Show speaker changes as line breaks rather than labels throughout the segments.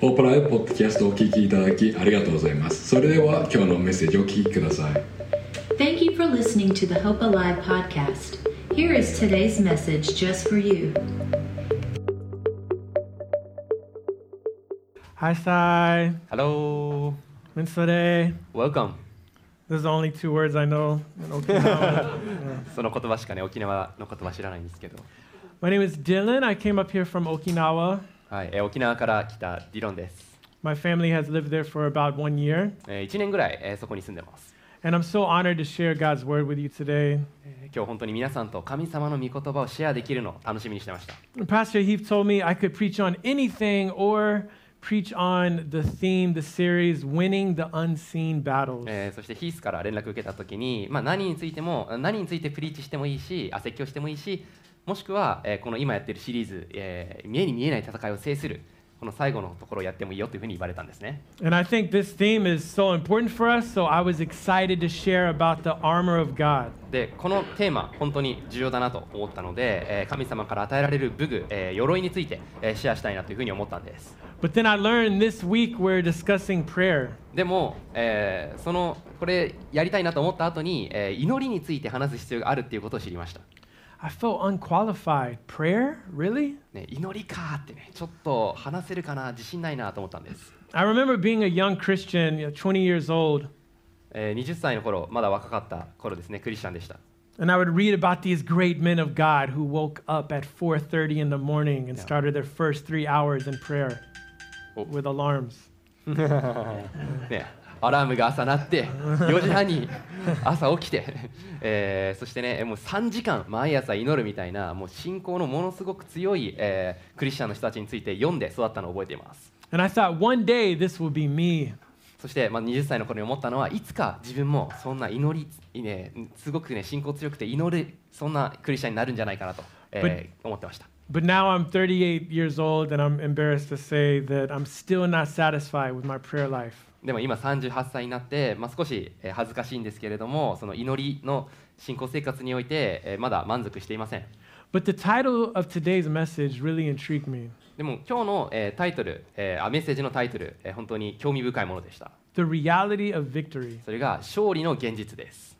ポープライブポッドキャストをお聞きいただきありがとうございますそれでは今日のメッセージをお聞きください
Thank you for listening to the Hope Alive podcast. Here is today's message just for you.
Hi, Sai.
Hello,
Minsore.
welcome.
Those are only two words I know in Okinawa.
その言葉しかね、沖縄の言葉知らないんですけど、
My name is Dylan. I came up here from Okinawa.
はい、えー沖縄から来たディロンです。
My family has lived there for about one year,
え1年ぐらい、えーそこに住んでます、
and I'm so honored to share God's word with you today.
えー今日本当に皆さんと神様の御言葉をシェアできるのを楽しみにしてました。
Pastor Heath told me I could preach on anything or preach on the theme, the series, Winning the Unseen Battles.
えーそしてヒースから連絡受けた時に、まあ、何についても何についてプリーチしてもいいしあ説教してもいいしもしくは、えーこの今やってるシリーズ、えー見えに見えない戦いを制するこの最後のところをやってもいいよというふうに言われたんですね、
And I think this theme is so important for us, so I was excited to share about the armor of God.
でこのテーマ本当に重要だなと思ったので、えー神様から与えられる武具、えー鎧について、えーシェアしたいなというふうに思ったんです
But then I learned this week we're discussing prayer.
でも、えーそのこれやりたいなと思った後に、えー祈りについて話す必要があるっていうことを知りました、
I felt unqualified. Prayer? Really?
ね、祈りかーってねちょっと話せるかな自信ないなと思ったんです、
I remember being a young Christian, you know, 20 years old,
えー20歳の頃まだ若かった頃ですねクリスチャンでした
and I would read about these great men of God who woke up at 4:30 in the morning and
Yeah.
started their first 3 hours in prayer
Oh.
with alarms.
ね、アラームが朝鳴って4時半に朝起きて、えーそしてねもう3時間毎朝祈るみたいなもう信仰のものすごく強い、えークリスチャンの人たちについて読んで育ったのを覚えています
And I thought one day this will be me.
そして、まあ、20歳の頃に思ったのはいつか自分もそんな祈り、ね、すごくね信仰強くて祈るそんなクリスチャンになるんじゃないかなと、えー思ってました
But now I'm 38 years old and I'm embarrassed to say that I'm still not satisfied with my prayer life.
でも今38歳になって、まあ、少しえー恥ずかしいんですけれどもその祈りの信仰生活においてえーまだ満足していません
But the title of today's message really intrigued me.
でも今日の、えータイトル、えーあメッセージのタイトル、えー本当に興味深いものでした。
The reality of victory.
それが勝利の現実です。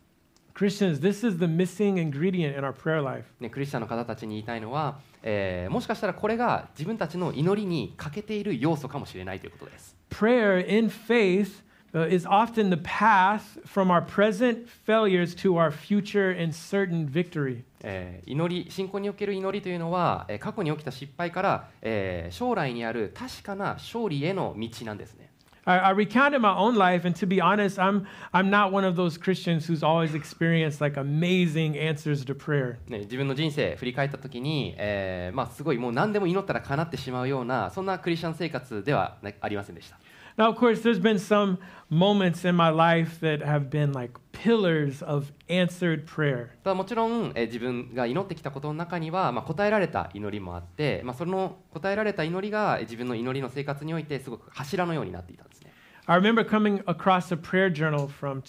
Christians, this is the missing ingredient in our prayer life.
ね、クリスチャンの方たちに言いたいのは、えーもしかしたらこれが自分たちの祈りに欠けている要素かもしれないということです。
Prayer in faith uh, is often the path from our present failures to our future and certain victory.
えー祈り信仰における祈りというのは、えー過去に起きた失敗から、えー将来にある確かな勝利への道なんですね。
I, I recounted my own life, and to be honest, I'm, I'm not one of those Christians who's always experienced like amazing answers to prayer.
ね、自分の人生振り返った時に、えーまあ、すごいもう何でも祈ったら叶ってしまうようなそんなクリスチャン生活ではなありませんでした。
Now, of course, there's been some moments in my life that have been like pillars of answered prayer.
ただもちろん、えー自分が祈ってきたことの中には、まあ、答えられた祈りもあって、まあ、その答えられた祈りがえー自分の祈りの生活においてすごく柱のようになっていたんですね。
I remember coming across a prayer journal from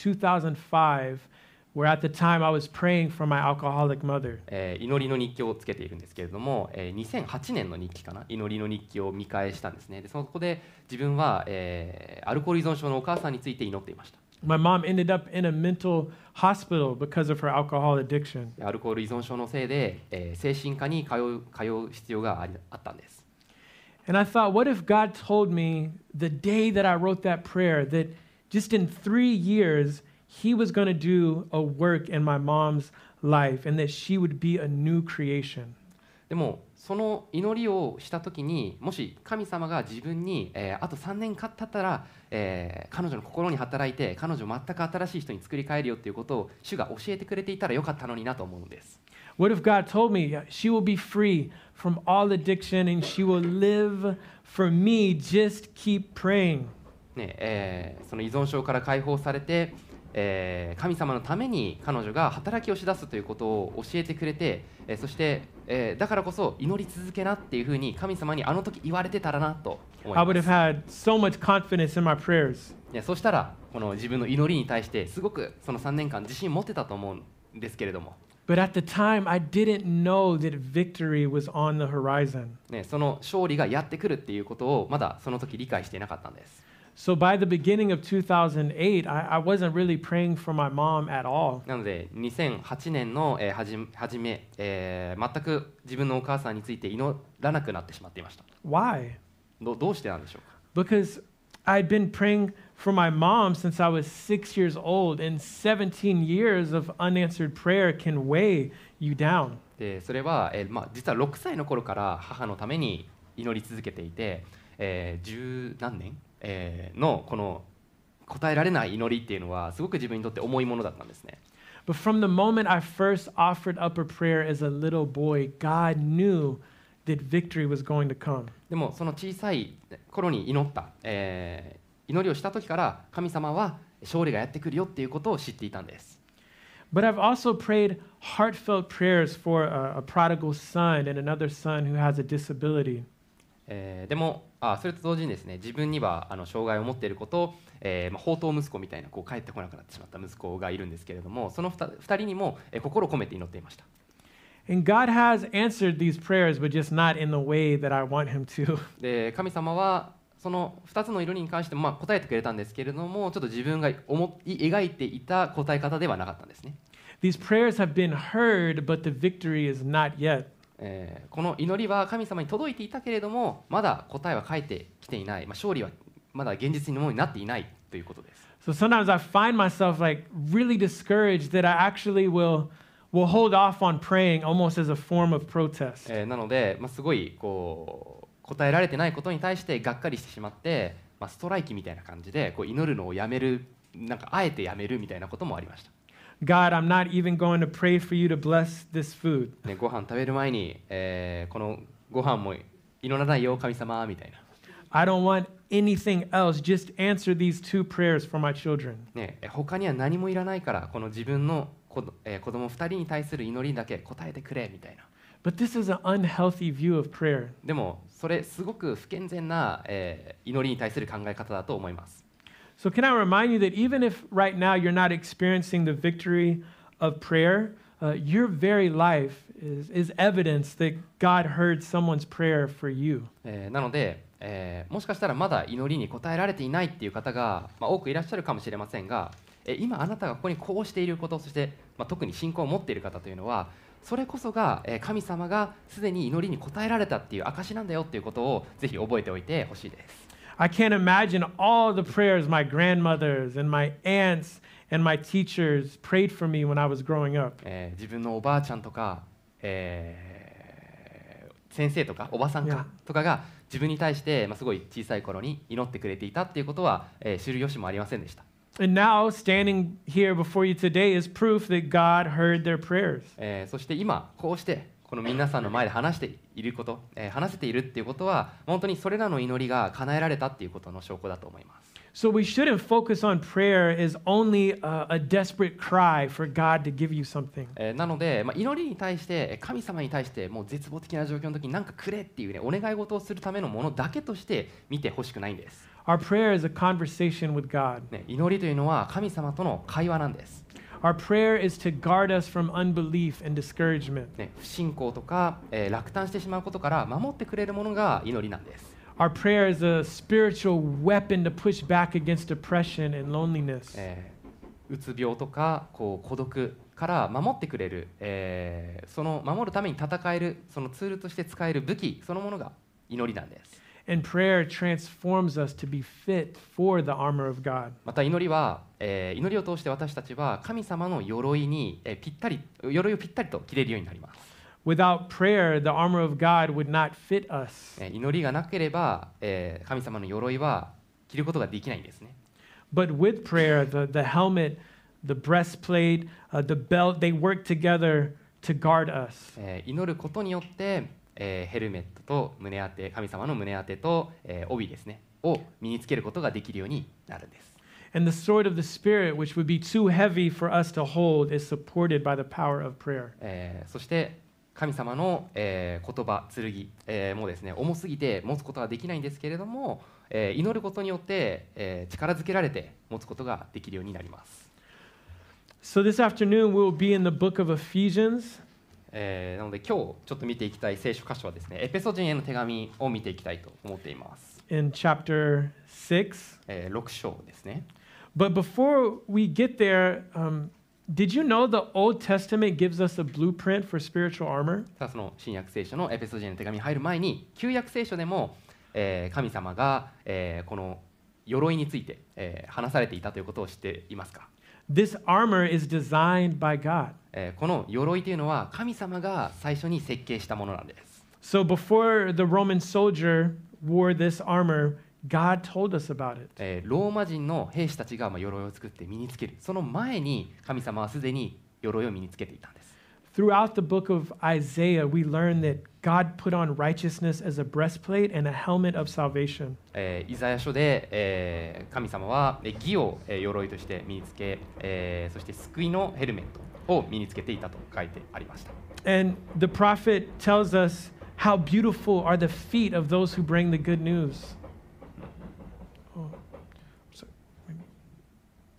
2005 where at the time I was praying for my alcoholic mother.
えー祈りの日記をつけているんですけれども、えー2008年の日記かな祈りの日記を見返したんですねでそこで自分は、えーアルコール依存症のお母さんについて祈っていました
My mom ended up in a mental hospital because of her alcohol addiction.
でアルコール依存症のせいで、えー精神科に通う通う必要がありあったんです
And I thought, what if God told me the day that I wrote that prayer that just in three years, He was going to do a work in my mom's life and that she would be a new creation?
でもその祈りをした時にもし神様が自分に、えーあと3年か経ったら、えー彼女の心に働いて彼女を全く新しい人に作り変えるよっていうことを主が教えてくれていたらよかったのになと思うんです、
What if God told me she will be free from all addiction and she will live for me? Just keep praying.
ねえーその依存症から解放されて、えー神様のために彼女が働きをしだすということを教えてくれて、えーそして、えーだからこそ祈り続けなっていうふうに神様にあの時言われてたらなと思い
I
ま
would
す
have had so much confidence in my prayers.
ね、そうしたらこの自分の祈りに対してすごくその3年間自信持ってたと思うんですけれども
But at the time, I didn't know that victory was on the horizon.
ね、その勝利がやってくるっていうことをまだその時理解していなかったんです。
So by the beginning of 2008, I, I wasn't really praying for my mom at all.
なので2008年の、えーはじ初め、えー全く自分のお母さんについて祈らなくなってしまっていました
Why?
どどうしてなんでしょうか
Because I'd been praying for my mom since I was six years old, and 17 years of unanswered prayer can weigh you down.
でそれは、えーまあ、実は6歳の頃から母のために祈り続けていて、えー十何年、えーのこの答えられない祈りっていうのはすごく自分にとって重いものだったんですね
But from the moment I first offered up a prayer as a little boy, God knew that victory was going to come.
でもその小さい頃に祈った、えー祈りをした時から神様は勝利がやってくるよっていうことを知っていたんです
But I've also prayed heartfelt prayers for a, a prodigal son and another son who has a disability.
えーでもあそれと同時にですね自分にはあの障害を持っていること、えーまあ、宝刀息子みたいなこう帰ってこなくなってしまった息子がいるんですけれどもその 2, 人にも、えー心を込めて祈っていました
And God has answered these prayers, but just not in the way that I want Him to.
で神様はその2つの祈りに関しても、まあ、答えてくれたんですけれどもちょっと自分が思い描いていた答え方ではなかったんですね、
These prayers have been heard, but the victory is not yet.
えーこの祈りは神様に届いていたけれどもまだ答えは返ってきていない、まあ、勝利はまだ現実のものになっていないということです
So sometimes I find myself like really discouraged that I actually will will hold off on praying almost as a form of protest.
えーなので、まあ、すごいこう答えられてないことに対してがっかりしてしまって、まあ、ストライキみたいな感じでこう祈るのをやめるなんかあえてやめるみたいなこともありまし
God, I'm not even going to pray for you to bless this food.
た、ね、ご飯食べる前に、えーこのご飯も祈らないよ神様みたいな、
I don't want anything else. Just answer these two prayers for my children.
ね、え他には何もいらないからこの自分の子,、えー子供2人に対する祈りだけ答えてくれみたいな
But this is an unhealthy view of prayer.
でもそれすごく不健全な、えー祈りに対する考え方だと思います
So, can I remind you that even if right now you're not experiencing the victory of prayer, uh, your very life is, is evidence that God heard someone's prayer for you.
えーなので、えーもしかしたらまだ祈りに応えられていないっていう方が、まあ、多くいらっしゃるかもしれませんが、えー今あなたがここにこうしていることそして、まあ、特に信仰を持っている方というのはそれこそが、えー神様がすでに祈りに応えられたっていう証なんだよっていうことをぜひ覚えておいてほしいです。
I can't imagine all the prayers my grandmothers and my aunts and my teachers prayed for me when I was growing up.
えー自分のおばあちゃんとか、えー先生とかおばさん
いや
かとかが自分に対して、まあ、すごい小さい頃に祈ってくれていたっていうことは、えー知る由もありませんでした。
And now, standing here before you today is proof that God heard their prayers.
えーそして今こうしてこの皆さんの前で話していること、えー話せているっていうことは本当にそれらの祈りが叶えられたっていうことの証拠だと思います、
So, we shouldn't focus on prayer as only a, a desperate cry for God to give you something.
えーなので、まあ、祈りに対してえー神様に対してもう絶望的な状況の時に何かくれっていうねお願い事をするためのものだけとして見てほしくないんです、
Our prayer is a conversation with God.
ね、祈りというのは神様との会話なんです、
Our prayer is to guard us from unbelief and discouragement.
ね、不信仰とか、えー落胆してしまうことから守ってくれるものが祈りなんです
Our prayer is a spiritual weapon to push back against depression and loneliness.
えーうつ病とかこう孤独から守ってくれる、えーその守るために戦えるそのツールとして使える武器そのものが祈りなんです。
And prayer transforms us to be fit for the armor of God.
また祈りは、えー祈りを通して私たちは神様の鎧に、えーぴったり鎧をぴったりと着れるようになります。
Without prayer, the armor of God would not fit us.
えー祈りがなければ、えー神様の鎧は着ることができないんですね。
But with prayer, the, the helmet, the breastplate, uh, the belt, they work together to guard us.
えー祈ることによって、えーヘルメットと胸当て神様の胸当てと、えー帯ですねを身につけることができるようになるんです。
And the sword of the Spirit, which would be too heavy for us to hold, is supported by the power of prayer.
えーそして神様の、えー言葉剣、えーもうですね重すぎて持つことはできないんですけれども、えー祈ることによって、えー力づけられて持つことができるようになります、
So this afternoon we will be in the book of Ephesians.
えーなので今日ちょっと見ていきたい聖書箇所はですねエペソ人への手紙を見ていきたいと思っています、
in chapter 6.
え6章ですね
But before we get there, um, did you know the Old Testament gives us a blueprint for spiritual armor?
ただその新約聖書のエペソ人への手紙に入る前に旧約聖書でも、えー神様が、えーこの鎧について、えー話されていたということを知っていますか、
This armor is designed by God.
えーこの鎧というのは神様が最初に設計したものなんです
So before the Roman soldier wore this armor, God told us about it.
えーローマ人の兵士たちがまあ鎧を作って身につけるその前に神様はすでに鎧を身につけていたんです
Throughout the book of Isaiah, we learn that God put on righteousness as a breastplate and a helmet of salvation.
えーイザヤ書で、えー神様はえー義を、えー鎧として身につけ、えーそして救いのヘルメットを身につけていたと書いてありました、
And the prophet tells us how beautiful are the feet of those who bring the good news. Oh, sorry, maybe.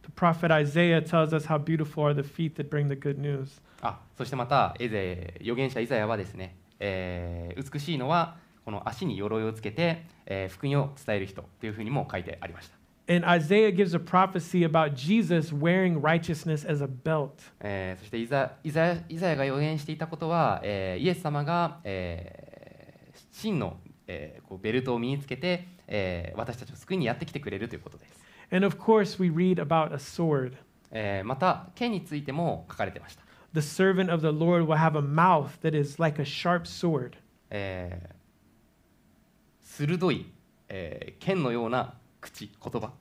The prophet Isaiah tells us how beautiful are the feet that bring the good news.
あそしてまたエゼ預言者イザヤはですね、えー美しいのはこの足に鎧をつけて、えー福音を伝える人というふうにも書いてありました、
And Isaiah gives a prophecy about Jesus wearing righteousness as a belt.
えーそしてイザイザヤイザヤが予言していたことは、えーイエス様が、えー真の、えーこうベルトを身につけて、えー私たちを救いにやってきてくれるということです、
And of course, we read about a sword.
えーまた剣についても書かれてました、
The servant of the Lord will have a mouth that is like a sharp sword.
えー鋭い、えー剣のような口言葉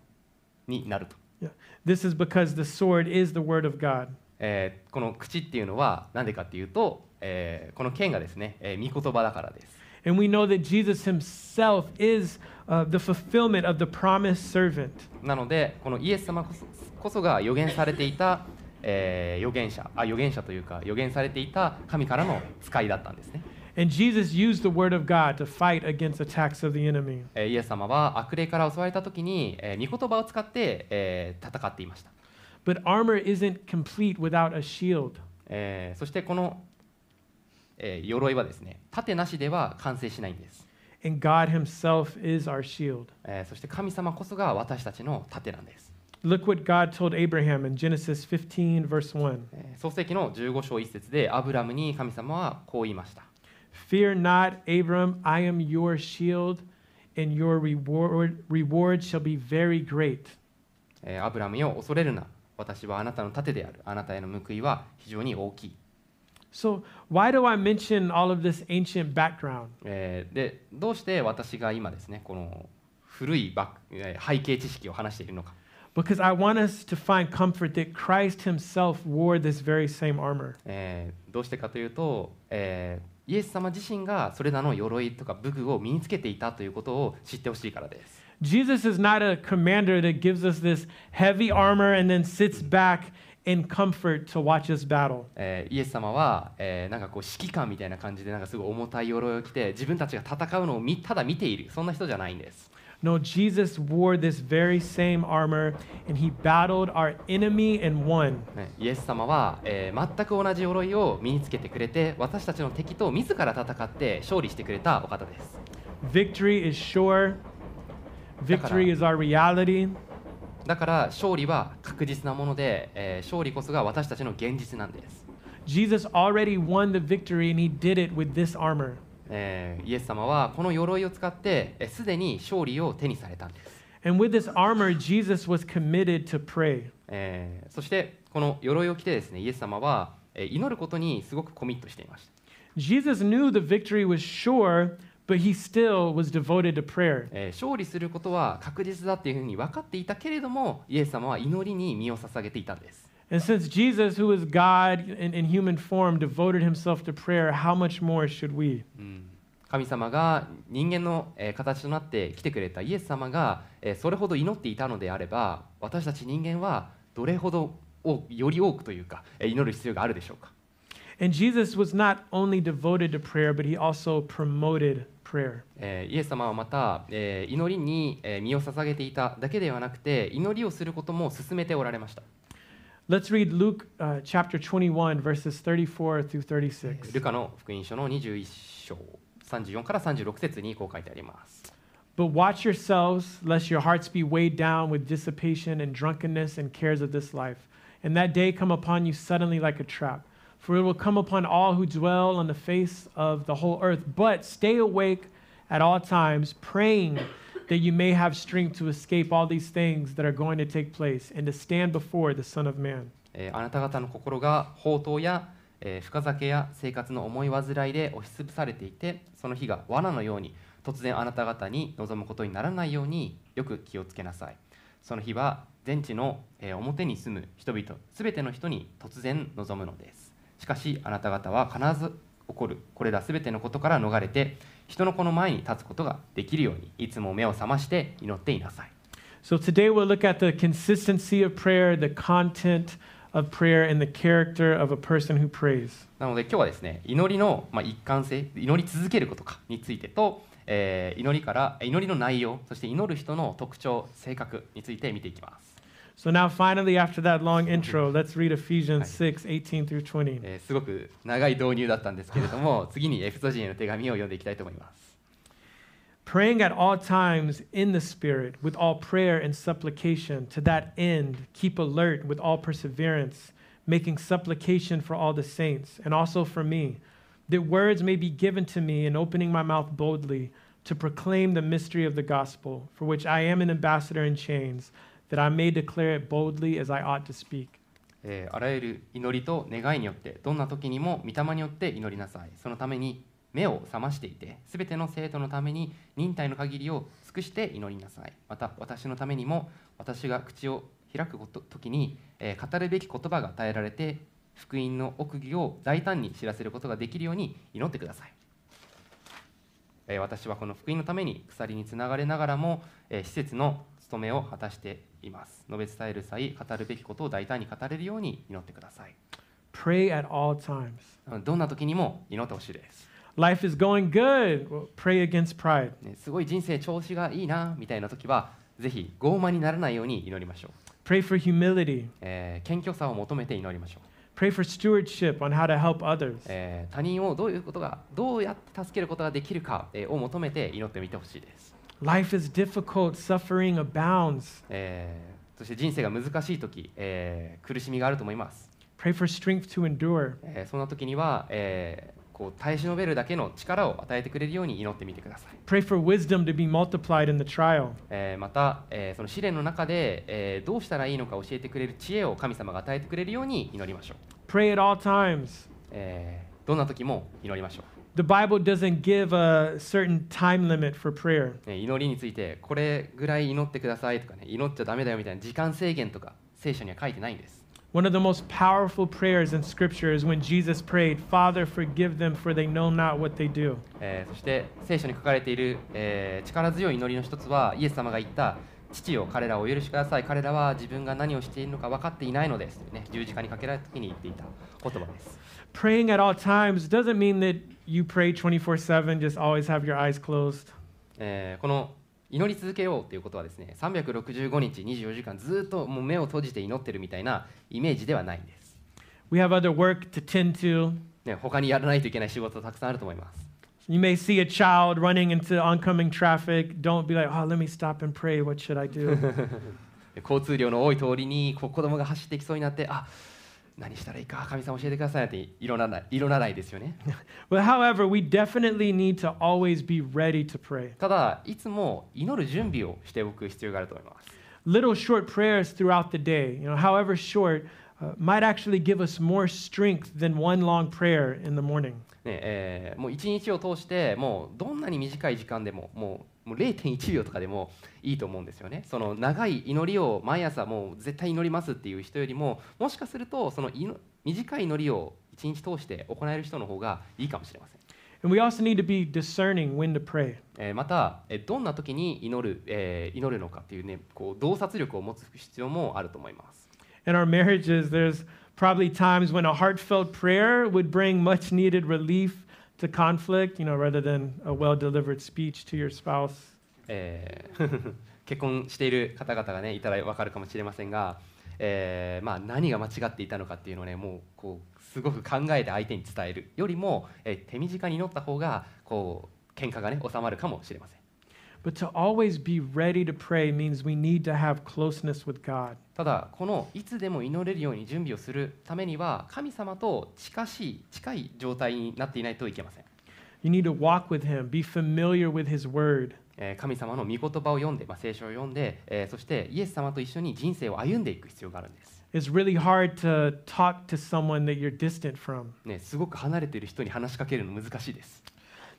になると、
Yeah. This is because the sword is the word of God.
えーこの口っていうのは何でかっていうと、えーこの剣がですね、えー、御言葉だからです、
And we know that Jesus himself is uh, the fulfillment of the promised servant.
なのでこのイエス様こそこそが予言されていた、えー預言者あ預言者というか予言されていた神からの使いだったんですね、
And Jesus used the word of God to fight against attacks of the enemy.
えーイエス様は悪霊から襲われた時に、えー御言葉を使って、えー戦っていました、
But armor isn't complete without a shield.
えーそしてこの、えー鎧はですね盾なしでは完成しないんです、
And God himself is our shield.
えーそして神様こそが私たちの盾なんです
Look what God told Abraham in Genesis 15, verse 1.
えー創世記の15章1節でアブラムに神様はこう言いました
Fear not, Abram, I am your shield, and your reward, reward shall be very great.
えーアブラムよ恐れるな私はあなたの盾であるあなたへの報いは非常に大きい、
So, why do I mention all of this ancient background?
えーでどうして私が今ですねこの古いバックえー背景知識を話しているのか
Because I want us to find comfort that Christ himself wore this very same armor.
えーどうしてかというと、えーイエス様自身がそれらの鎧とか武具を身につけていたということを知ってほしいからです、
Jesus is not a commander that gives us this heavy armor and then sits back in comfort to watch us battle.
えーイエス様は、えーなんかこう指揮官みたいな感じでなんかすごい重たい鎧を着て自分たちが戦うのを見ただ見ているそんな人じゃないんです
No, Jesus wore this very same armor and he battled our enemy and won.
ねイエス様は、えー全く同じ鎧を身につけてくれて私たちの敵と自ら戦って勝利してくれたお方です、
Victory is sure, victory is our reality.
だから勝利は確実なもので、えー勝利こそが私たちの現実なんです、
Jesus already won the victory and he did it with this armor.
えーイエス様はこの鎧を使ってえーすで、に勝利を手にされたんです、
And with this armor, Jesus was committed to pray.
えーそしてこの鎧を着てですねイエス様は、えー祈ることにすごくコミットしていました、
Jesus knew the victory was sure, but he still was devoted to prayer.
えー勝利することは確実だっていうふうに分かっていたけれどもイエス様は祈りに身を捧げていたんです
And since Jesus, who is God in, in human form, devoted himself to prayer, how much more should we?
神様が人間のえー形となって来てくれたイエス様がえーそれほど祈っていたのであれば私たち人間はどれほど多くより多くというかえー祈る必要があるでしょうか、
And Jesus was not only devoted to prayer, but he also promoted prayer.
えーイエス様はまたえー祈りにえー身を捧げていただけではなくて祈りをすることも勧めておられました、
Let's read Luke uh, chapter 21, verses 34 through 36.
ルカの福音書の21章34から36節にこう書いてあります。
But watch yourselves, lest your hearts be weighed down with dissipation and drunkenness and cares of this life, and that day come upon you suddenly like a trap. For it will come upon all who dwell on the face of the whole earth. But stay awake at all times, praying that you may have strength to escape all these things that are going to take place and to stand before the Son of Man.
えーあなた方の心が放蕩や、えー深酒や生活の思い煩いで押しつぶされていてその日が罠のように突然あなた方に望むことにならないようによく気をつけなさいその日は全地の、えー表に住む人々すべての人に突然望むのですしかしあなた方は必ず起こるこれらすべてのことから逃れて人の子の前に立つことができるようにいつも目を覚まして祈っていなさい
So today we'll look at the consistency of prayer, the content of prayer, and the character of a person who prays.
なので今日はですね祈りの、まあ、一貫性祈り続けることかについてと、えー祈りから祈りの内容そして祈る人の特徴性格について見ていきます、
So now, finally, after that long intro, let's read Ephesians 6 18 through 20.
えーすごく長い導入だったんですけれども次にエフェソ人への手紙を読んでいきたいと思います、
Praying at all times in the Spirit, with all prayer and supplication, to that end, keep alert with all perseverance, making supplication for all the saints, and also for me, that words may be given to me in opening my mouth boldly to proclaim the mystery of the gospel, for which I am an ambassador in chains, that I may declare it boldly as I ought to speak.
えーあらゆる祈りと願いによってどんな時にも御霊によって祈りなさいそのために目を覚ましていてすべての生徒のために忍耐の限りを尽くして祈りなさいまた私のためにも私が口を開くこと時に、えー語るべき言葉が与えられて福音の奥義を大胆に知らせることができるように祈ってくださいえー私はこの福音のために鎖につながれながらも、えー施設の務めを果たしています述べ伝える際語るべきことを大胆に語れるように祈ってください
Pray at all times.
うんどんな時にも祈ってほしいです、
Life is going good. Well, pray against pride.
ね、すごい人生調子がいいなみたいな時はぜひ傲慢にならないように祈りましょう、
Pray for humility.
えー謙虚さを求めて祈りましょう、
Pray for stewardship on how to help others.
えー他人をどういうことがどうやって助けることができるか、えーを求めて祈ってみてほしいです、
Life is difficult, suffering abounds.
えーそして人生が難しい時、えー苦しみがあると思います
Pray for strength to endure.
えーそんな時には、えーこう耐え忍べるだけの力を与えてくれるように祈ってみてください、
Pray for wisdom to be multiplied in the trial.
えーまた、えーその試練の中で、えーどうしたらいいのか教えてくれる知恵を神様が与えてくれるように祈りましょう、
Pray at all times.
えーどんな時も祈りましょう
The Bible doesn't give a certain time limit for prayer.
えー祈りについてこれぐらい祈ってくださいとかね祈っちゃダメだよみたいな時間制限とか聖書には書いてないんです
One of the most powerful prayers in Scripture is when Jesus prayed, Father, forgive them, for they know not what they do.
えーそして聖書に書かれている、えー力強い祈りの一つはイエス様が言った父を彼らをお許しください彼らは自分が何をしているのか分かっていないのですというね十字架にかけられた時に言っていた言葉です、
Praying at all times doesn't mean that you pray 24 7, just always have your eyes closed.
えーこの祈り続けようということはですね365日24時間ずっともう目を閉じて祈ってるみたいなイメージではないんです、
We have other work to tend to.
ね、他にやらないといけない仕事たくさんあると思います
You may see a child running into oncoming traffic. Don't be like, oh, let me stop and pray. What should I do?
交通量の多い通りにこう子供が走ってきそうになってあ何したらいいか神様教えてくださいなんて色なら色ならいですよね
but however, we definitely need to always be ready to pray.
ただいつも祈る準備をしておく必要があると思います
Little short prayers throughout the day, you know, however short, uh, might actually give us more strength than one long prayer in the morning.
ねえーもう一日を通してもうどんなに短い時間でももうもう0.1秒とかでもいいと思うんですよねその長い祈りを毎朝もう絶対祈りますっていう人よりももしかするとその祈短い祈りを一日通して行える人の方がいいかもしれません
And we also need to be discerning when to pray.
えーまた、えーどんな時に祈る、えー祈るのかっていうねこう洞察力を持つ必要もあると思います、
In our marriages, there's probably times when a heartfelt prayer would bring much needed relief to conflict, you know, rather than a well delivered speech to your spouse.
えー結婚している方々がねいたら分かるかもしれませんが、えーまあ、何が間違っていたのかっていうのをねもうこうすごく考えて相手に伝えるよりも、えー手短に祈った方がこう喧嘩がね収まるかもしれません
But to always be ready to pray means we need to have closeness with God.
ただこのいつでも祈れるように準備をするためには神様と近しい近い状態になっていないといけません、
You need to walk with Him, be familiar with His Word.
えー神様の御言葉を読んで、まあ、聖書を読んで、えーそしてイエス様と一緒に人生を歩んでいく必要があるんです、
It's really hard to talk to someone that you're distant from.
ね、すごく離れている人に話しかけるの難しいです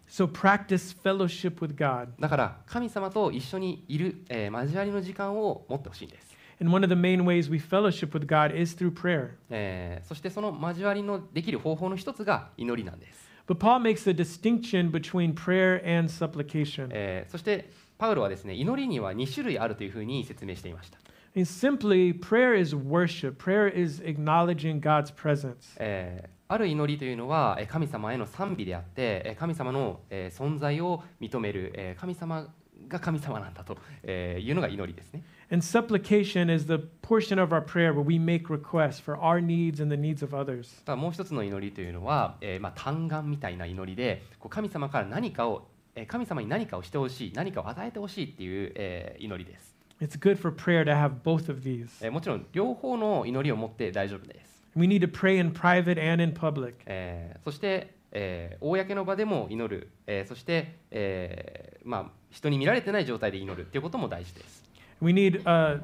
So practice fellowship with God.
だから神様と一緒にいる、えー交わりの時間を持ってほしいんです、
And one of the main ways we fellowship with God is through prayer.
えーそしてその交わりのできる方法の一つが祈りなんです、
But Paul makes a distinction between prayer and supplication.
えーそしてパウロはですね祈りには2種類あるというふうに説明していました
And simply, prayer is worship. Prayer is acknowledging God's presence.
えーある祈りというのはえー神様への賛美であってえー神様のえー存在を認めるえー神様が神様なんだとえーいうのが祈りですね
And supplication is the portion of our prayer where we make requests for our needs and the needs of others.
ただもう一つの祈りというのはえーまあ嘆願みたいな祈りでこう神様から何かをえー神様に何かをしてほしい何かを与えてほしいっていうえー祈りです、
It's good for prayer to have both of these.
えーもちろん両方の祈りを持って大丈夫です、
We need to pray in private and in public.
えーそして、えー公の場でも祈る、えーそして、えーまあ、人に見られてない状態で祈るということも大事です、
We need uh,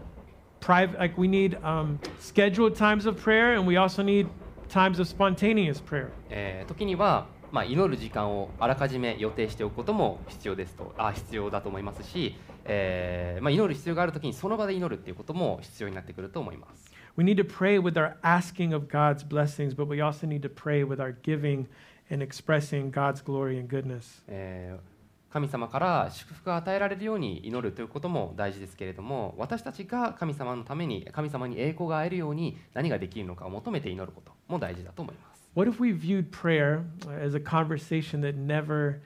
private, like we need um, scheduled times of prayer, and we also need times of spontaneous prayer.
えー時には、まあ、祈る時間をあらかじめ予定しておくことも必要ですとあ必要だと思いますし、えーまあ、祈る必要がある時にその場で祈るっていうことも必要になってくると思います、
We need to pray with our asking of God's blessings, but we also need to pray with our giving and expressing God's glory and goodness.
えー神様から祝福が与えられるように祈るということも大事ですけれども私たちが神様のために神様に栄光が得るように何ができるのかを求めて祈ることも大事だと思います
What if we viewed prayer as a conversation that never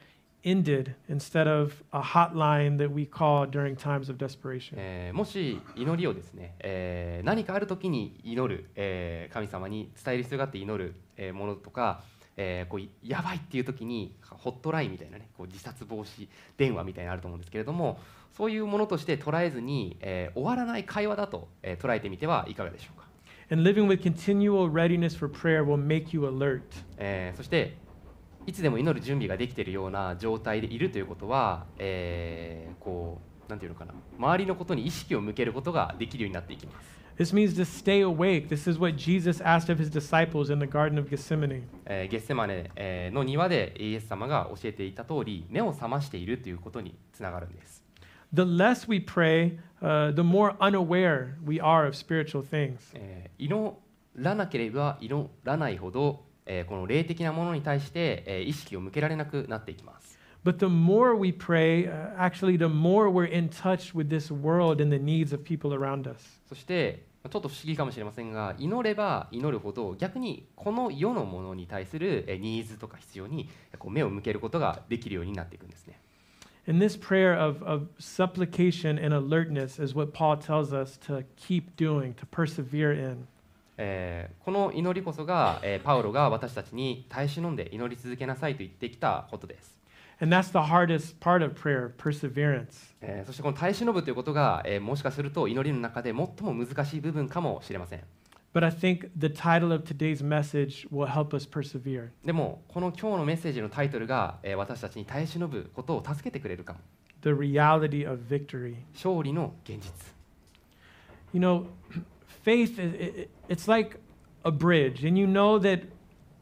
ended instead of a hotline that we call during times of desperation?
えーもし祈りをですね、えー何かある時に祈る、えー神様に伝える必要があって祈る、えーものとか、えーこういやばいっていう時にホットラインみたいなねこう自殺防止電話みたいなのあると思うんですけれどもそういうものとして捉えずに、えー終わらない会話だと、えー捉えてみてはいかがでしょうか、
And living with continual readiness for prayer will make you alert.
えーそしていつでも祈る準備ができているような状態でいるということは、えーこうなんていうのかな周りのことに意識を向けることができるようになっていきます
This means to stay awake. This is what Jesus asked of his disciples in the Garden of Gethsemane.
えーゲッセマネえーの庭でイエス様が教えていた通り目を覚ましているということにつながるんです、
The less we pray, uh, the more unaware we are of spiritual things.
えー祈らなければ祈らないほど、えーこの霊的なものに対して、えー意識を向けられなくなっていきます、
But the more we pray, uh, actually, the more we're in touch with this world and the needs of people around us.
そしてまあちょっと不思議かもしれませんが祈れば祈るほど逆にこの世のものに対するえーニーズとか必要にこう目を向けることができるようになっていくんですね
And this prayer of, of supplication and alertness is what Paul tells us to keep doing, to persevere in.
えーこの祈りこそが、えーパウロが私たちに耐え忍んで祈り続けなさいと言ってきたことです、
And that's the hardest part of prayer perseverance.
えーそしてこの耐え忍ぶということが、えーもしかすると祈りの中で最も難しい部分かもしれません
But I think the title of today's message will help us persevere.
でもこの今日のメッセージのタイトルが、えー私たちに耐え忍ぶことを助けてくれるかも
The reality of victory.
勝利の現実、
You know, faith, i- i i- it's like a bridge. And you know that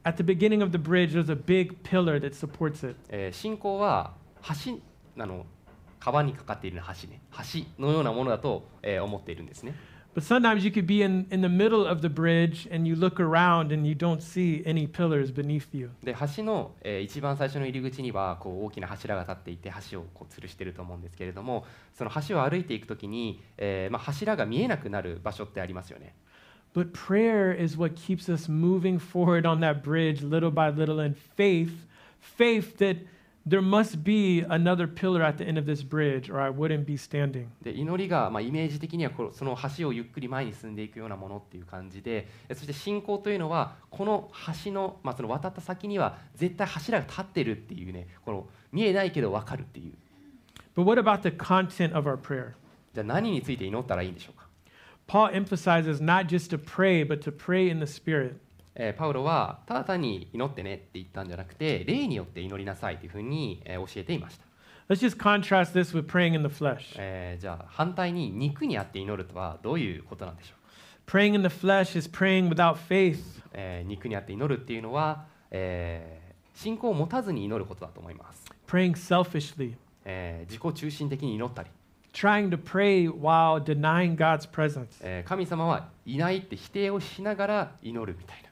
at the beginning of the bridge, there's a big pillar that supports it.
えー信仰は橋なの川にかかっている橋ね橋のようなものだと、えー思っているんですね
But sometimes you could be in, in the middle of the bridge and you look around and you don't see any pillars beneath you.
で橋の、えー一番最初の入り口にはこう大きな柱が立っていて橋をこう吊るしてると思うんですけれどもその橋を歩いていくときに、えーまあ、柱が見えなくなる場所ってありますよね、
But prayer is what keeps us moving forward on that bridge little by little in faith, faith that there must be another pillar at the end of this bridge, or I wouldn't be standing.
で祈りが、まあ、イメージ的にはこのその橋をゆっくり前に進んでいくようなものっていう感じでえそして信仰というのはこの橋の,、まあ、その渡った先には絶対柱が立ってるっていうねこの見えないけど分かるっていう
But what about the content of our prayer?
じゃあ何について祈ったらいいんでしょうか、
Paul emphasizes not just to pray, but to pray in the Spirit.
えーパウロはただ単に祈ってねって言ったんじゃなくて霊によって祈りなさいというふうに、えー教えていました、
Let's just contrast this with praying in the flesh.
えーじゃあ反対に肉にあって祈るとはどういうことなんでしょうか
Praying in the flesh is praying without faith.
えー肉にあって祈るっていうのは、えー信仰を持たずに祈ることだと思います、
praying selfishly,
えー自己中心的に祈ったり、
trying to pray while denying God's presence.
えー神様はいないって否定をしながら祈るみたいな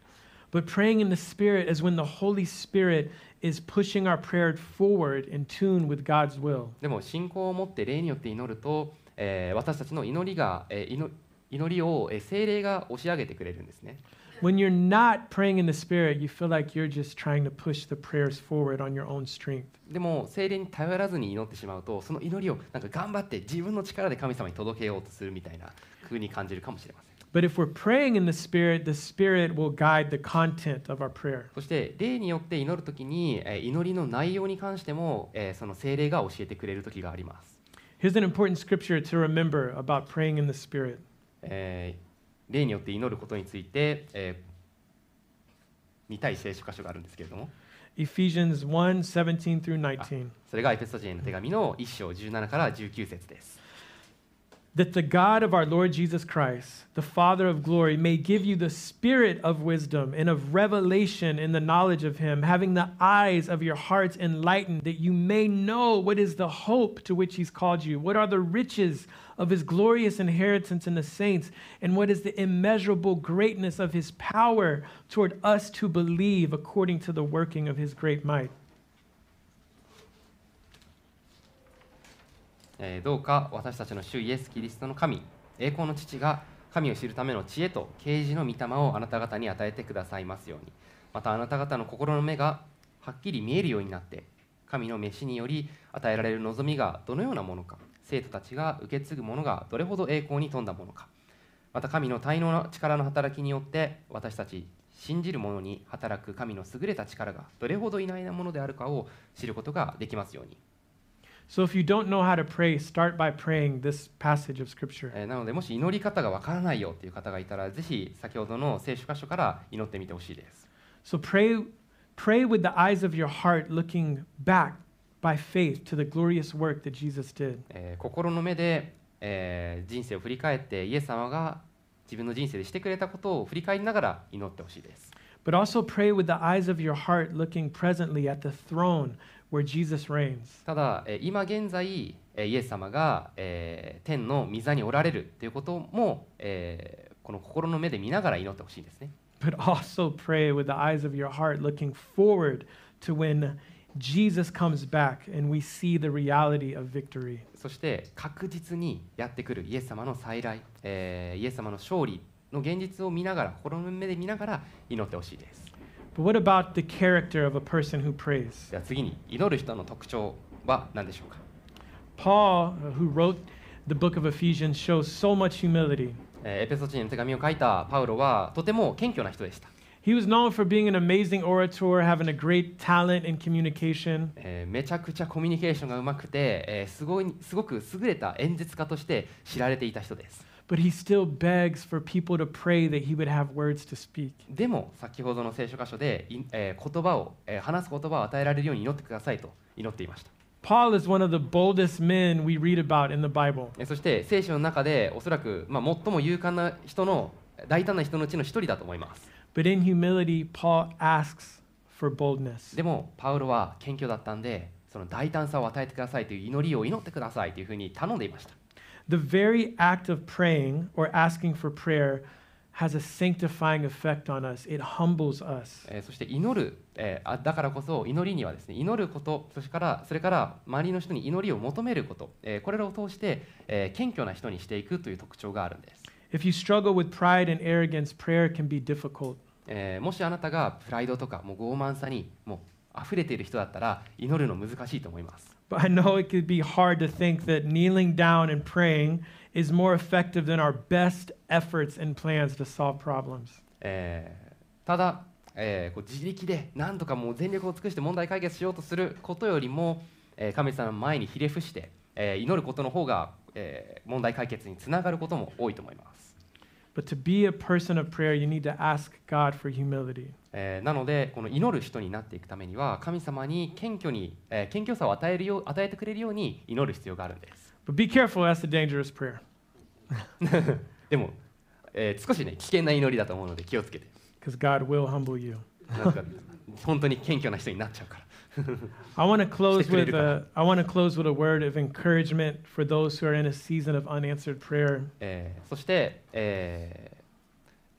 But praying in the Spirit is when the Holy Spirit is pushing our prayer forward in tune with God's will.
でも信仰を持って霊によって祈ると、えー私たちの祈りが、えー祈祈りを、えー精霊が押し上げてくれるんですね
When you're not praying in the Spirit, you feel like you're just trying to push the prayers forward on your own strength.
でも精霊に頼らずに祈ってしまうとその祈りをなんか頑張って自分の力で神様に届けようとするみたいな風に感じるかもしれません
But if we're praying in the Spirit, the Spirit will guide the content of our prayer.
そして霊によって祈るときに、えー祈りの内容に関しても、えーその精霊が教えてくれる時があります、
Here's an important scripture to remember about praying in the Spirit
えー霊によって祈ることについて、えー見たい聖書箇所があるんですけれども
Ephesians 1 17 through 19.
それがエペソ人への手紙の1章17から19節です、
that the God of our Lord Jesus Christ, the Father of glory, may give you the spirit of wisdom and of revelation in the knowledge of him, having the eyes of your hearts enlightened, that you may know what is the hope to which he's called you, what are the riches of his glorious inheritance in the saints, and what is the immeasurable greatness of his power toward us to believe according to the working of his great might.
えーどうか私たちの主イエス・キリストの神栄光の父が神を知るための知恵と啓示の御霊をあなた方に与えてくださいますようにまたあなた方の心の目がはっきり見えるようになって神の召しにより与えられる望みがどのようなものか生徒たちが受け継ぐものがどれほど栄光に富んだものかまた神の滞納の力の働きによって私たち信じる者に働く神の優れた力がどれほど偉大なものであるかを知ることができますように
So if you don't know how to pray, start by praying this passage of Scripture.
えーなのでもし祈り方がわからないよっていう方がいたらぜひ先ほどの聖書箇所から祈ってみてほしいです、
So pray, pray with the eyes of your heart, looking back by faith to the glorious work that Jesus did.
えー心の目で、えー人生を振り返ってイエス様が自分の人生でしてくれたことを振り返りながら祈ってほしいです
But also pray with the eyes of your heart, looking presently at the throne where Jesus reigns.
ただ、えー今現在、えーイエス様が、えー天の御座におられるということも、えーこの心の目で見ながら祈ってほしいんですね
But also pray with the eyes of your heart, looking forward to when Jesus comes back and we see the reality of victory.
そして確実にやってくるイエス様の再来、えーイエス様の勝利の現実を見ながら心の目で見ながら祈ってほしいです
But what about the character of a person who prays?
では次に祈る人の特徴は何でしょうか、
Paul, uh, who wrote the book of Ephesians, shows so much humility.
えーエペソ人への手紙を書いたパウロはとても謙虚な人でした、
He was known for being an amazing orator, having a great talent in communication.
えーめちゃくちゃコミュニケーションがうまくて、えーすごいすごく優れた演説家として知られていた人です
But he still begs for people to pray that he would have words to speak.
でも先ほどの聖書箇所で、いえー言葉を、えー話す言葉を与えられるように祈ってくださいと祈っていました
Paul is one of the boldest men we read about in the Bible.
えーそして聖書の中でおそらく、まあ、最も勇敢な人の大胆な人のうちの一人だと思います
But in humility, Paul asks for boldness.
でもパウロは謙虚だったんでその大胆さを与えてくださいという祈りを祈ってくださいというふうに頼んでいました
The very act of praying or asking for prayer has a sanctifying effect on us, it humbles us.
えーそして祈る、えーあだからこそ祈りにはですね祈ることそしてからそれから周りの人に祈りを求めること、えーこれらを通して、えー謙虚な人にしていくという特徴があるんです、
If you struggle with pride and arrogance, prayer can be difficult.
えーもしあなたがプライドとかもう傲慢さにもう溢れている人だったら祈るの難しいと思います
But I know it could be hard to think that kneeling down and praying is more effective than our best efforts and plans to solve problems.
えーただ、えーこう自力で何とかもう全力を尽くして問題解決しようとすることよりも、えー神様の前にひれ伏して、えー祈ることの方が、えー問題解決につながることも多いと思います、
But to be a person of prayer, you need to ask God for humility.
えーなのでこの祈る人になっていくためには神様に謙虚に、えー謙虚さを与えるよう与えてくれるように祈る必要があるんです
But be careful, that's a dangerous prayer.
でも、えー少しね危険な祈りだと思うので気をつけて
because God will humble you.
なんか本当に謙虚な人になっちゃうから
I want to close
Stick with
with
it,
a, I want to close with a word of encouragement for those who are in a season of unanswered prayer.
えーそして、えー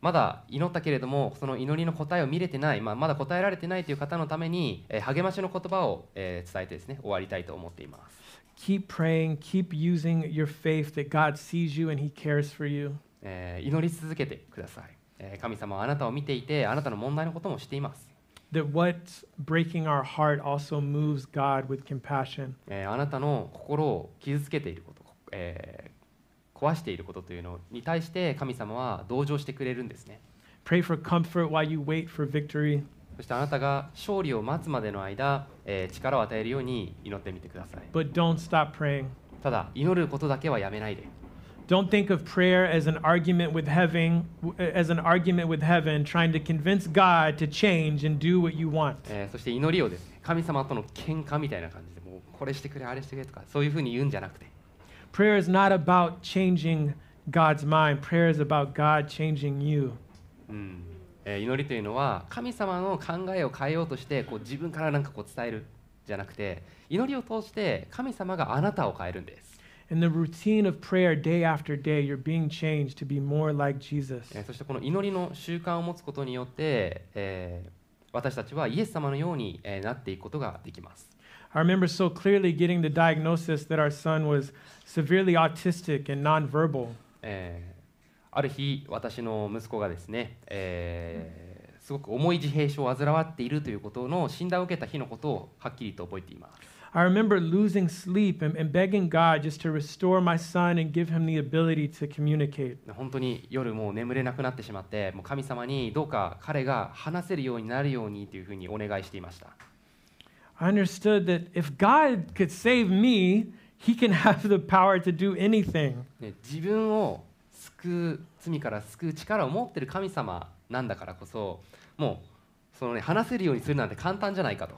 まだ祈ったけれどもその祈りの答えを見れてない、まあ、まだ答えられてないという方のために、えー励ましの言葉を、えー伝えてですね終わりたいと思っています、
Keep praying, keep using your faith that God sees you and he cares for you.
えー祈り続けてください、えー神様はあなたを見ていてあなたの問題のことも知っています、
That what's breaking our heart also moves God with compassion.
えーあなたの心を傷つけていること、えー壊していることというのに対して神様は同情してくれるんですね
Pray for comfort while you wait for victory.
そしてあなたが勝利を待つまでの間、えー力を与えるように祈ってみてください
But don't stop praying.
ただ祈ることだけはやめないで
Don't think of prayer as an argument with heaven, as an argument with heaven, trying to convince God to change and do what you want.
えーそして祈りをですね神様との喧嘩みたいな感じでもうこれしてくれあれしてくれとかそういうふうに言うんじゃなくて、
Prayer is not about changing God's mind. Prayer is about God changing you.
うんえー祈りというのは神様の考えを変えようとしてこう自分から何かこう伝えるじゃなくて祈りを通して神様があなたを変えるんです、
In the routine of prayer, day after day, you're being changed to be more like Jesus.
えーそしてこの祈りの習慣を持つことによって、えー私たちはイエス様のように、えーなっていくことができます、
I remember so clearly getting the diagnosis that our son was severely autistic and nonverbal.
えーある日私の息子がですね、えーすごく重い自閉症を患わっているということの診断を受けた日のことをはっきりと覚えています、
I remember losing sleep and, and begging God just to restore my son and give him the ability to communicate.
本当に夜もう眠れなくなってしまってもう神様にどうか彼が話せるようになるようにというふうにお願いしていました、
I understood that if God could save me, he can have the power to do anything.
ね自分を救う罪から救う力を持ってる神様なんだからこそもうその、ね、話せるようにするなんて簡単じゃないかと、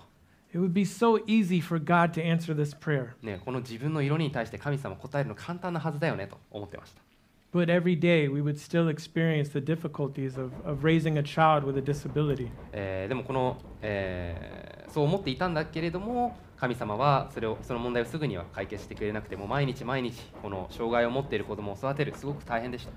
It would be so easy for God to answer this prayer.
ね、この自分の色に対して神様答えるの簡単なはずだよねと思ってました
But every day we would still experience the difficulties of, of raising a child with a disability.
えーでもこの、えーそう思っていたんだけれども神様はそれをその問題をすぐには解決してくれなくてもう毎日毎日この障害を持っている子供を育てるすごく大変でした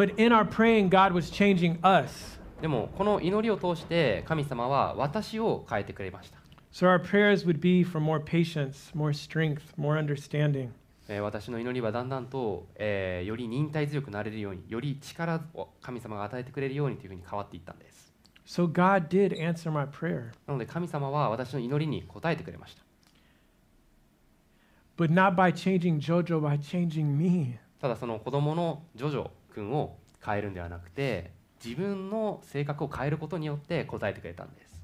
But in our praying, God was changing us.
でもこの祈りを通して神様は私を変えてくれました、
So our prayers would be for more patience, more strength, more understanding.
えー私の祈りはだんだんと、えーより忍耐強くなれるようにより力を神様が与えてくれるようにというふうに変わっていったんです
So God did answer my prayer,
なので神様は私の祈りに応えてくれました
but not by changing JoJo, by changing me.
ただその子供のジョジョ君を変えるんではなくて自分の性格を変えることによって答えてくれたんです、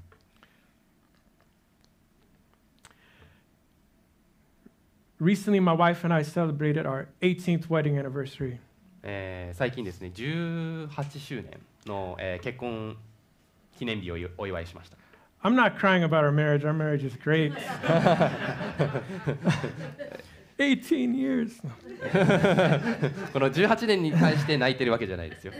Recently, my wife and I celebrated our 18th wedding anniversary.
えー最近ですね18周年の、えー結婚記念日をお祝いしました
I'm not crying about our marriage, our marriage is great. 18 years.
この18年に対して泣いてるわけじゃないですよ、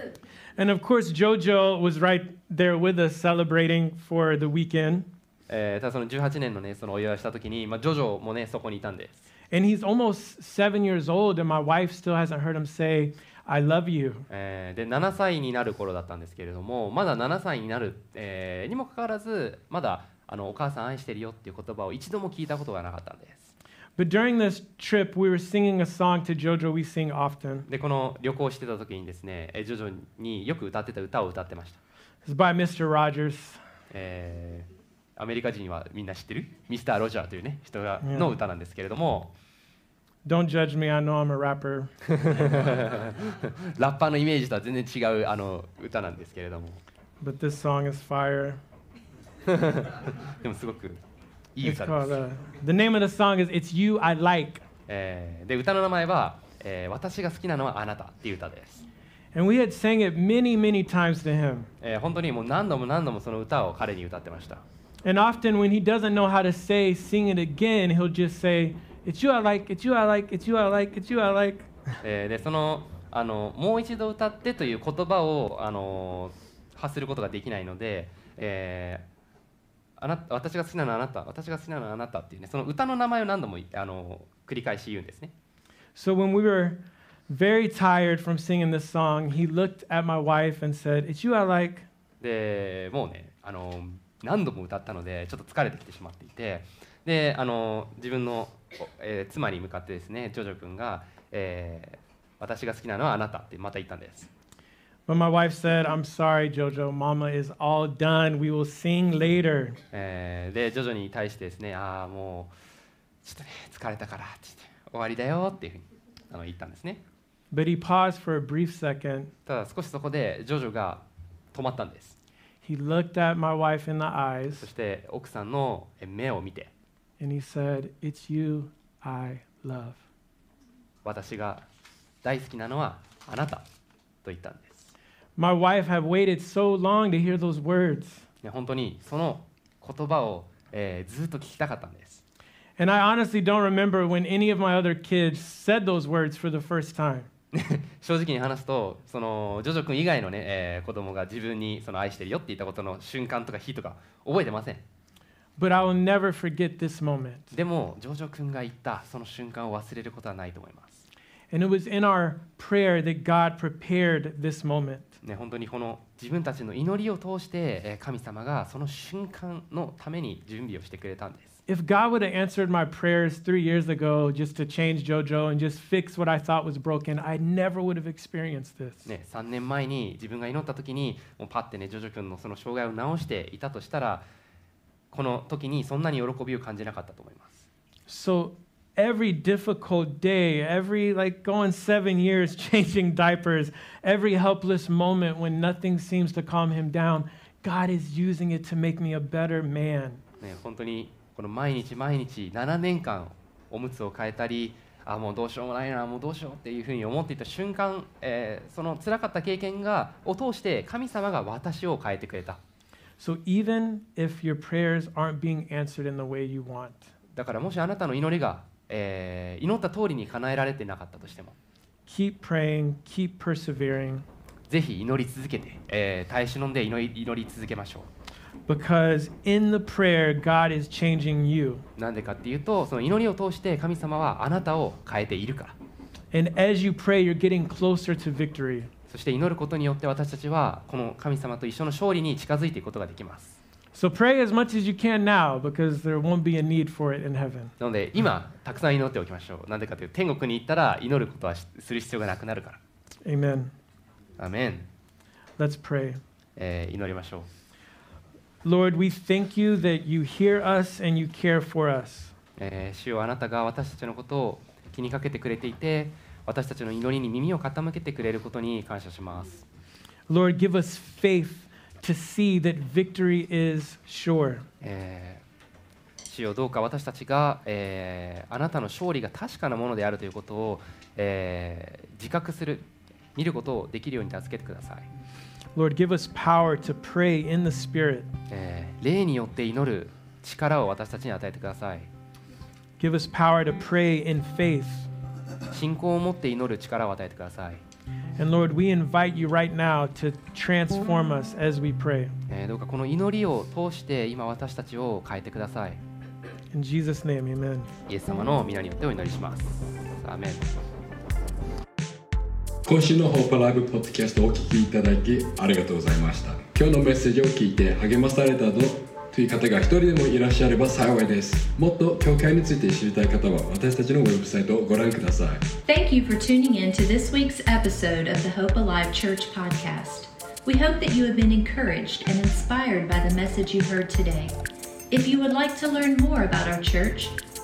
And of course, JoJo was right there with us celebrating for the weekend.
えーただその18年のねそのお祝いした時に、まあ、ジョジョもねそこにいたんです
And he's almost seven years old, and my wife still hasn't heard him say, I love you.
えーで7歳になる頃だったんですけれどもまだ7歳になる、えーにもかかわらずまだあのお母さん愛してるよっていう言葉を一度も聞いたことがなかったんです
But during this trip, we were singing a song to JoJo we sing often.
でこの旅行してた時にですねえー徐々によく歌ってた歌を歌ってました、
It's by Mr. Rogers.
えアメリカ人はみんな知ってるミスター・ロジャーというね人がの歌なんですけれども
Don't judge me, I know I'm a rapper.
ラッパーのイメージとは全然違うあの歌なんですけれども
But this song is fire.
でもすごくいい
It's
歌です
called, uh, the name of the song is It's You I Like.
えーで歌の名前は、えー私が好きなのはあなた」っていう歌です、
And we had sang it many, many times to him.
えー本当にもう何度も何度もその歌を彼に歌ってました
And often when he doesn't know how to say, sing it again, he'll just say, It's you I like, it's you I like, it's you I like, it's you I like.
えーでそのあの「もう一度歌って」という言葉を、あのー発することができないので、えーあなた私が好きなのはあなた私が好きなのはあなたっていうねその歌の名前を何度も、あのー繰り返し言うんですね
So when we were very tired from singing this song, he looked at my wife and said, It's you I like.
でもうね、あのー何度も歌ったのでちょっと疲れてきてしまっていてで、あのー自分の、おえー妻に向かってですねジョジョ君が、えー私が好きなのはあなた」ってまた言ったんです
But my wife said, I'm sorry, JoJo, mama is all done. We will sing later.
えーで徐々に対してですね「ああもうちょっとね疲れたから」って言って「終わりだよ」っていうふうにあの言ったんですね
But he paused for a brief second.
ただ少しそこでジョジョが止まったんです
He looked at my wife in the eyes
そして奥さんのえ目を見て
and he said, It's you I love.
「私が大好きなのはあなた」と言ったんです
My wife had waited so long to hear those words.
ね本当にその言葉を、えーずっと聞きたかったんです
And I honestly don't remember when any of my other kids said those words for the first time.
正直に話すとそのジョジョ君以外のね、えー子供が自分にその愛してるよって言ったことの瞬間とか日とか覚えてません
But I will never forget this moment.
でも、ジョジョ君が言ったその瞬間を忘れることはないと思います。
And it was in our prayer that God prepared this moment.
ね、本当にこの自分たちの祈りを通して、えー神様がその瞬間のために準備をしてくれたんです。
If God would have answered my prayers three years ago just to change JoJo and just fix what I thought was broken, I never would have experienced this.
ね、3年前に自分が祈った時にもうパッてねジョジョ君のその障害を治していたとしたらこの時にそんなに喜びを感じなかったと思います、
So every difficult day, every like going seven years changing diapers, every helpless moment when nothing seems to calm him down, God is using it to make me a better man.
ね、本当にこの毎日毎日7年間おむつを変えたりあもうどうしようもないなもうどうしようっていうふうに思っていた瞬間、えーその辛かった経験がを通して神様が私を変えてくれた
So even if your prayers aren't being answered in the way you want,
だからもしあなたの祈りが、えー祈った通りに叶えられてなかったとしても
keep praying, keep persevering,
ぜひ祈り続けて、えー耐え忍んで祈り祈り続けましょ
because in the prayer, God is changing you.
うなんでかっていうとその祈りを通して神様はあなたを変えているから
And as you pray, you're getting closer to victory.
そして祈ることによって私たちはこの神様と一緒の勝利に近づいていくことができます
So pray as much as you can now because there won't be a need for it in heaven.
なので今たくさん祈っておきましょう。なんでかというと天国に行ったら祈ることはしする必要がなくなるから。
Amen.
アーメン、
Let's pray.
えー祈りましょう。
Lord, we thank you that you hear us and you care for us.
えー主よあなたが私たちのことを気にかけてくれていて私たちの祈りに耳を傾けてくれることに感謝します。
Lord, give us faith to see that victory is sure.
えー主よどうか私たちが、えーあなたの勝利が確かなものであるということを、えー自覚する見ることをできるように助けてください。
Lord, give us power to pray in the Spirit.
えー霊によって祈る力を私たちに与えてください。
Give us power to pray in faith.
信仰を持って祈る力を与えてください、
And Lord, we invite you right now to transform us as we pray.
えーどうかこの祈りを通して今私たちを変えてください
In Jesus' name, amen.
イエス様の皆によってお祈りしますアーメン
今週のホープライブポッドキャストをお聞きいただきありがとうございました今日のメッセージを聞いて励まされたぞという方が一人でもいらっしゃれば幸いですもっと教会について知りたい方は私たちのウェブサイトをご覧ください
Thank you for tuning in to this week's episode of the Hope Alive Church podcast. We hope that you have been encouraged and inspired by the message you heard today. If you would like to learn more about our church,